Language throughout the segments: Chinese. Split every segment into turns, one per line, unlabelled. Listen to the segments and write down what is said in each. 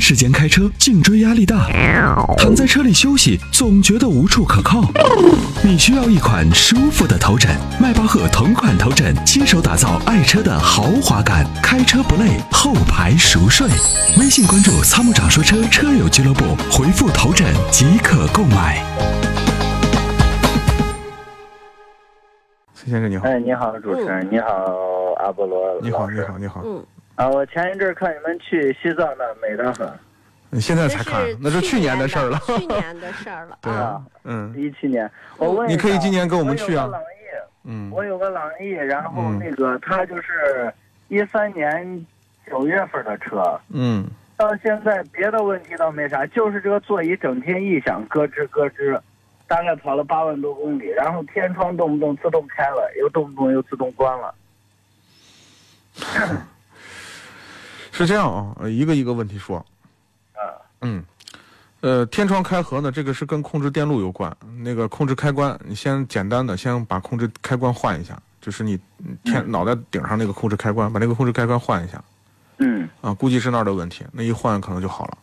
时间开车，颈椎压力大，躺在车里休息总觉得无处可靠。你需要一款舒服的头枕，迈巴赫同款头枕，亲手打造爱车的豪华感，开车不累，后排熟睡。微信关注“参谋长说车”车友俱乐部，回复“头枕”即可购买。
崔先生你好，
哎，你好，主持人，你好，阿波罗
嗯你
老
好，
师
你好，你好，
嗯，
啊！我前一阵儿看你们去西藏那儿美得很，
你现在
这
才看
是，
那是去年
的
的事儿了。
去年的事儿了
对
啊。
啊，嗯
一七年。我问
你
一下
可以今年跟我们去啊
我有个朗逸，
嗯，
我有个朗逸，然后
嗯
那个他就是一三年九月份的车，
嗯，
到现在别的问题倒没啥，就是这个座椅整天异响，咯吱咯吱。大概跑了八万多公里，然后天窗动不动自动开了，又动不动又自动关了。
是这样啊，呃一个一个问题说。
啊，
嗯，呃，天窗开合呢，这个是跟控制电路有关。那个控制开关，你先简单的先把控制开关换一下，就是你嗯天、脑袋顶上那个控制开关，把那个控制开关换一下
嗯，
啊，估计是那儿的问题，那一换可能就好了。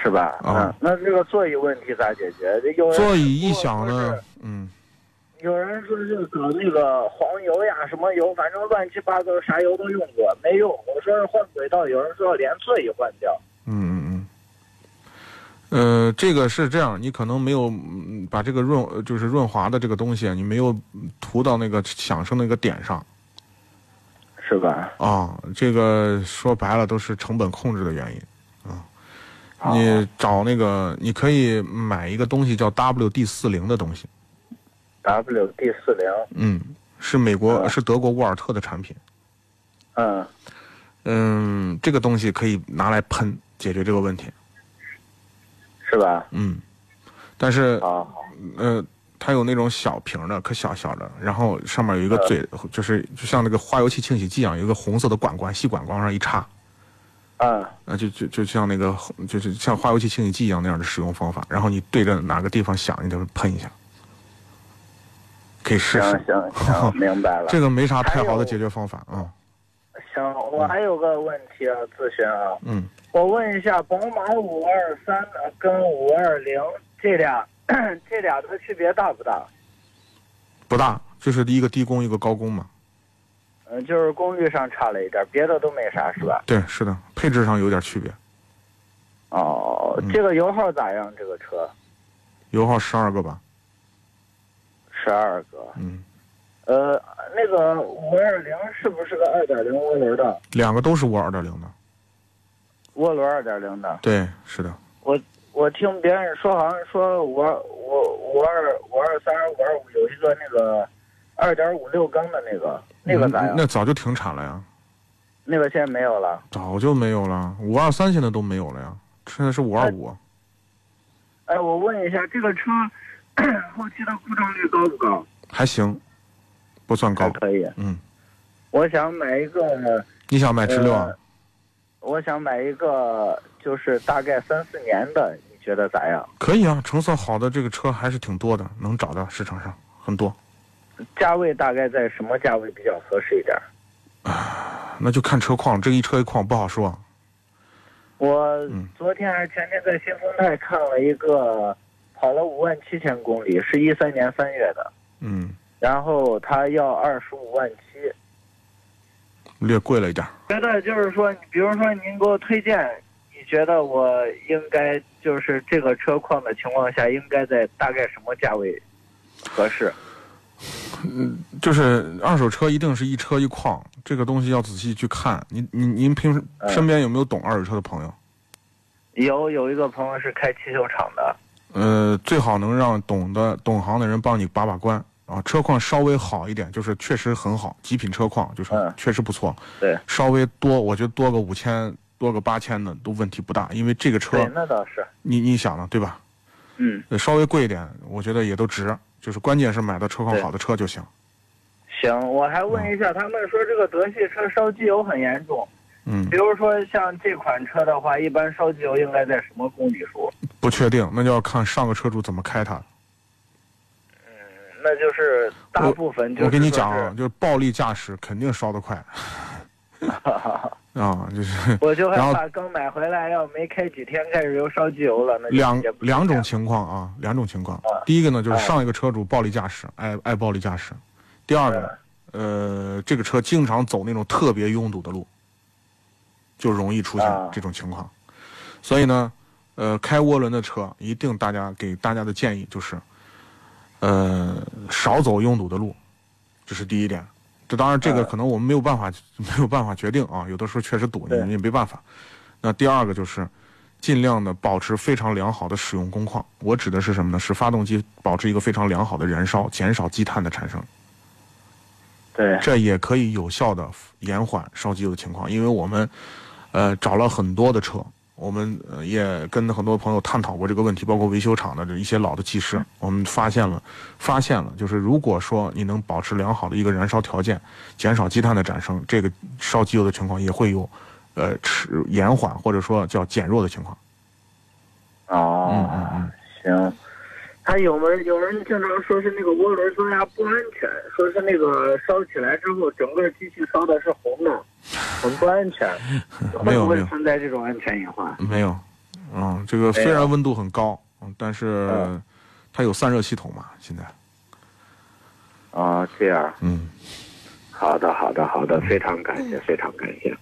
是吧？
啊
嗯，那这个座椅问题咋解决？这有人
座椅一响
如果说
呢
是，
嗯，
有人说是搞那个黄油呀，什么油，反正乱七八糟，啥油都用过，没用。我说是换轨道，有人说连座椅换掉。
嗯嗯嗯，呃，这个是这样，你可能没有嗯把这个润呃就是润滑的这个东西，你没有嗯涂到那个响声那个点上
是吧？
啊，这个说白了都是成本控制的原因。你找那个，你可以买一个东西叫 WD 四零的东西，
W D 四零，
嗯，是美国
嗯
是德国沃尔特的产品，
嗯，
嗯，这个东西可以拿来喷解决这个问题，
是吧？
嗯，但是
啊，
呃，它有那种小瓶的，可小小的，然后上面有一个
嗯
嘴，就是就像那个花油器清洗剂一样，有一个红色的管管，细管管往上一插，
嗯，
啊，就就就像那个就是像花油器清洗剂一样那样的使用方法，然后你对着哪个地方响，你就喷一下，可以试
行
试。
行 行，明白了。
这个没啥太
还
好
有
的解决方法啊。
行，我还有个问题要咨询啊，
嗯
我问一下，宝马五二三跟五二零这俩 这俩的区别大不大？
不大，就是一个低功一个高功嘛。
嗯，就是功率上差了一点，别的都没啥，是吧？
对，是的，配置上有点区别。
哦
嗯，
这个油耗咋样？这个车
油耗十二个吧，
十二个，
嗯，
呃，那个五二零是不是个二点零涡轮的？
两个都是涡二点零的。
涡轮二点零的，
对，是的，
我听别人说好像说五二五五二五二三五二五有一个那个二点五六缸的那个，那个咋
嗯
样？
那早就停产了呀，
那个现在没有了。
早就没有了。五二三现在都没有了呀，现在是五二五。
哎，我问一下，这个车 后期的故障率高不高？
还行，不算
还
高。
可以。
嗯，
我想买一个，
你想买直六啊
呃？我想买一个，就是大概三四年的，你觉得咋样？
可以啊，成色好的这个车还是挺多的，能找到市场上很多。
价位大概在什么价位比较合适一点？
那就看车况，这一车一况不好说。啊
我
嗯
昨天还是前天在新丰泰看了一个，跑了五万七千公里，是一三年三月的，
嗯，
然后他要二十五万七。
略贵了一点儿。
觉得就是说，比如说您给我推荐，你觉得我应该就是这个车况的情况下，应该在大概什么价位合适？
就是二手车一定是一车一况，这个东西要仔细去看。您您您平时
嗯
身边有没有懂二手车的朋友？
有有一个朋友是开汽修厂的，
呃，最好能让懂的懂行的人帮你把把关啊。车况稍微好一点，就是确实很好，极品车况就是
嗯
确实不错。
对，
稍微多，我觉得多个五千，多个八千的都问题不大，因为这个车
对，那倒是，
你你想呢，对吧？
嗯，
呃稍微贵一点，我觉得也都值。就是关键是买到车况
对
好的车就行。
行。我还问一下，他们说这个德系车烧机油很严重，
嗯
比，如说像这款车的话，一般烧机油应该在什么公里数？
不确定，那就要看上个车主怎么开它。
那就是大部分就是
我跟你讲
说
啊，
是
就是暴力驾驶肯定烧得快。啊，就是
我就害
然后
怕刚买回来，要没开几天开始又烧机油了，那就
两
也不
两种
行
情况啊，两种情况。第一个呢，
啊
就是上一个车主暴力驾驶，爱爱暴力驾驶；第二
啊
个，呃，这个车经常走那种特别拥堵的路，就容易出
啊
现这种情况。所以呢，呃，开涡轮的车一定大家给大家的建议就是，呃，少走拥堵的路，这是第一点。这当然，这个
嗯
可能我们没有办法、没有办法决定啊，有的时候确实堵，你
对
你也没办法。那第二个就是，尽量的保持非常良好的使用工况。我指的是什么呢？是发动机保持一个非常良好的燃烧，减少积碳的产生，
对
这也可以有效的延缓烧机油的情况。因为我们，呃，找了很多的车，我们、呃也跟很多朋友探讨过这个问题，包括维修厂的这一些老的技
嗯
师，我们发现了，发现了，就是如果说你能保持良好的一个燃烧条件，减少积碳的产生，这个烧机油的情况也会有，呃，迟延缓或者说叫减弱的情况。嗯
哦
嗯，
行。还有没有有人经常说是那个涡轮增压不安全，说是那个烧起来之后整个机器烧的是红的，很不安全。
没有
会
没
不会
有
存在这种安全隐患？
没有，嗯，这个虽
没有
然温度很高，嗯，但是
嗯
它有散热系统嘛，现在，
啊、这样。
嗯，
好的，好的，好的，非常感谢，非常感谢。